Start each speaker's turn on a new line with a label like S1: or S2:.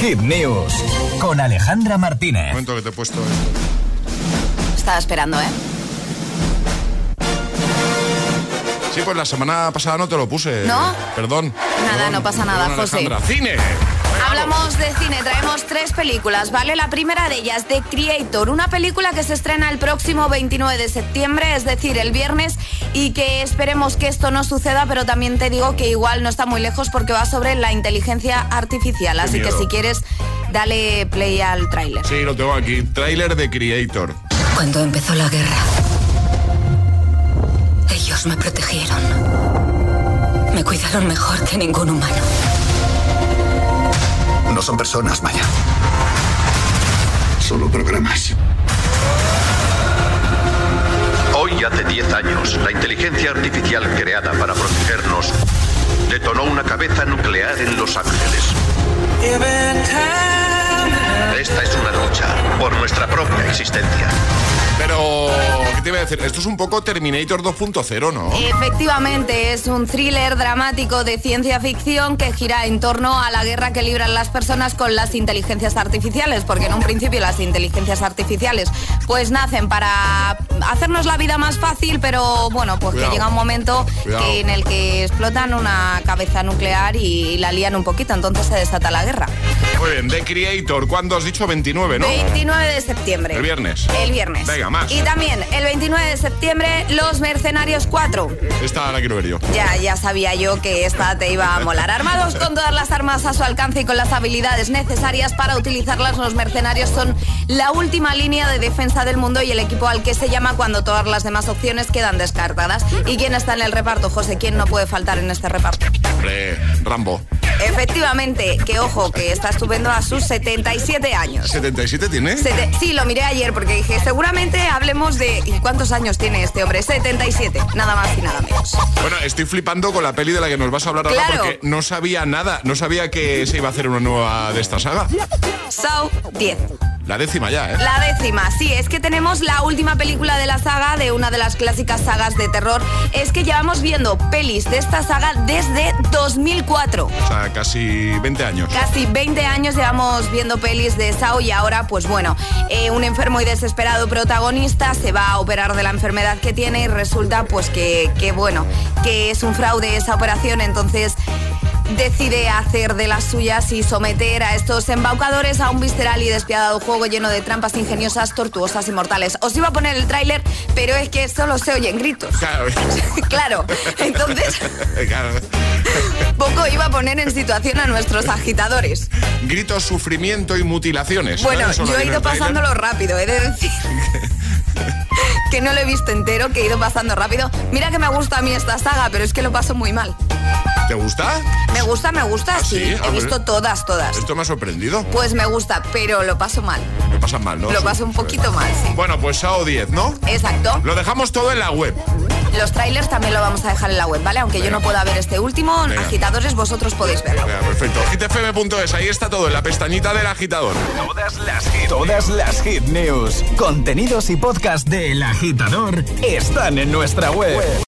S1: Hit News con Alejandra Martínez.
S2: Momento que te he puesto esto.
S3: Estaba esperando, ¿eh?
S2: Sí, pues la semana pasada no te lo puse.
S3: ¿No?
S2: Perdón.
S3: Nada,
S2: Perdón,
S3: no pasa nada,
S2: perdón,
S3: José.
S2: Alejandra. ¡Cine!
S3: Hablamos de cine, traemos tres películas, ¿vale? La primera de ellas, The Creator, una película que se estrena el próximo 29 de septiembre, es decir, el viernes, y que esperemos que esto no suceda, pero también te digo que igual no está muy lejos porque va sobre la inteligencia artificial, así que
S2: miedo.
S3: si quieres, dale play al tráiler.
S2: Sí, lo tengo aquí. Tráiler de Creator.
S4: Cuando empezó la guerra, ellos me protegieron. Me cuidaron mejor que ningún humano.
S5: No son personas, Maya. Solo programas.
S6: Hoy, hace 10 años, la inteligencia artificial creada para protegernos detonó una cabeza nuclear en Los Ángeles. Esta es una lucha por nuestra propia existencia.
S2: Pero, ¿qué te iba a decir? Esto es un poco Terminator 2.0, ¿no?
S3: Efectivamente, es un thriller dramático de ciencia ficción que gira en torno a la guerra que libran las personas con las inteligencias artificiales, porque en un principio las inteligencias artificiales pues nacen para hacernos la vida más fácil, pero bueno, pues
S2: Cuidado.
S3: que llega un momento
S2: Cuidado.
S3: que- en el que explotan una cabeza nuclear y la lían un poquito, entonces se desata la guerra.
S2: Muy bien, The Creator. ¿Cuándo has dicho? 29, ¿no?
S3: 29 de septiembre.
S2: El viernes.
S3: El viernes.
S2: Venga, más.
S3: Y también el 29 de septiembre, Los Mercenarios 4.
S2: Esta la quiero ver yo.
S3: Ya, ya sabía yo que esta te iba a molar. Armados con todas las armas a su alcance y con las habilidades necesarias para utilizarlas, los mercenarios son la última línea de defensa del mundo y el equipo al que se llama cuando todas las demás opciones quedan descartadas. ¿Y quién está en el reparto, José? ¿Quién no puede faltar en este reparto?
S2: Hombre, Rambo.
S3: Efectivamente, que ojo, que está estupendo a sus 77 años.
S2: ¿77 tiene?
S3: Sete- sí, lo miré ayer porque dije, seguramente hablemos de... ¿Y cuántos años tiene este hombre? 77, nada más y nada menos.
S2: Bueno, estoy flipando con la peli de la que nos vas a hablar ahora
S3: Claro.
S2: porque no sabía nada, no sabía que se iba a hacer una nueva de esta saga.
S3: Sau 10.
S2: La décima ya, ¿eh?
S3: La décima, sí, es que tenemos la última película de la saga, de una de las clásicas sagas de terror. Es que llevamos viendo pelis de esta saga desde 2004.
S2: O sea, casi 20 años.
S3: Casi 20 años llevamos viendo pelis de Sao y ahora, pues bueno, eh, un enfermo y desesperado protagonista se va a operar de la enfermedad que tiene y resulta pues que, que bueno, que es un fraude esa operación, entonces decide hacer de las suyas y someter a estos embaucadores a un visceral y despiadado juego lleno de trampas ingeniosas, tortuosas y mortales. Os iba a poner el tráiler, pero es que solo se oyen gritos.
S2: Claro.
S3: claro, entonces
S2: Claro.
S3: poco iba a poner en situación a nuestros agitadores.
S2: Gritos, sufrimiento y mutilaciones.
S3: Bueno,
S2: ¿no? Eso lo
S3: yo he
S2: hay en
S3: ido
S2: el tráiler.
S3: pasándolo rápido, he de decir. que no lo he visto entero, que he ido pasando rápido. Mira que me gusta a mí esta saga, pero es que lo paso muy mal.
S2: ¿Te gusta?
S3: Me gusta, me gusta,
S2: ¿Ah, sí?
S3: sí.
S2: Ah,
S3: He
S2: pues-
S3: visto todas, todas.
S2: Esto me ha sorprendido.
S3: Pues me gusta, pero lo paso mal.
S2: Me pasan mal, ¿no?
S3: Lo paso un poquito mal, sí.
S2: Bueno, pues SAO 10, ¿no?
S3: Exacto.
S2: Lo dejamos todo en la web.
S3: Los trailers también lo vamos a dejar en la web, ¿vale? Aunque yo
S2: Venga.
S3: no pueda ver este último,
S2: Venga.
S3: agitadores vosotros podéis verlo.
S2: Venga, perfecto. hitfm.es, ahí está todo, en la pestañita del agitador.
S1: Todas las hit, todas las hit news, contenidos y podcast de El Agitador están en nuestra web.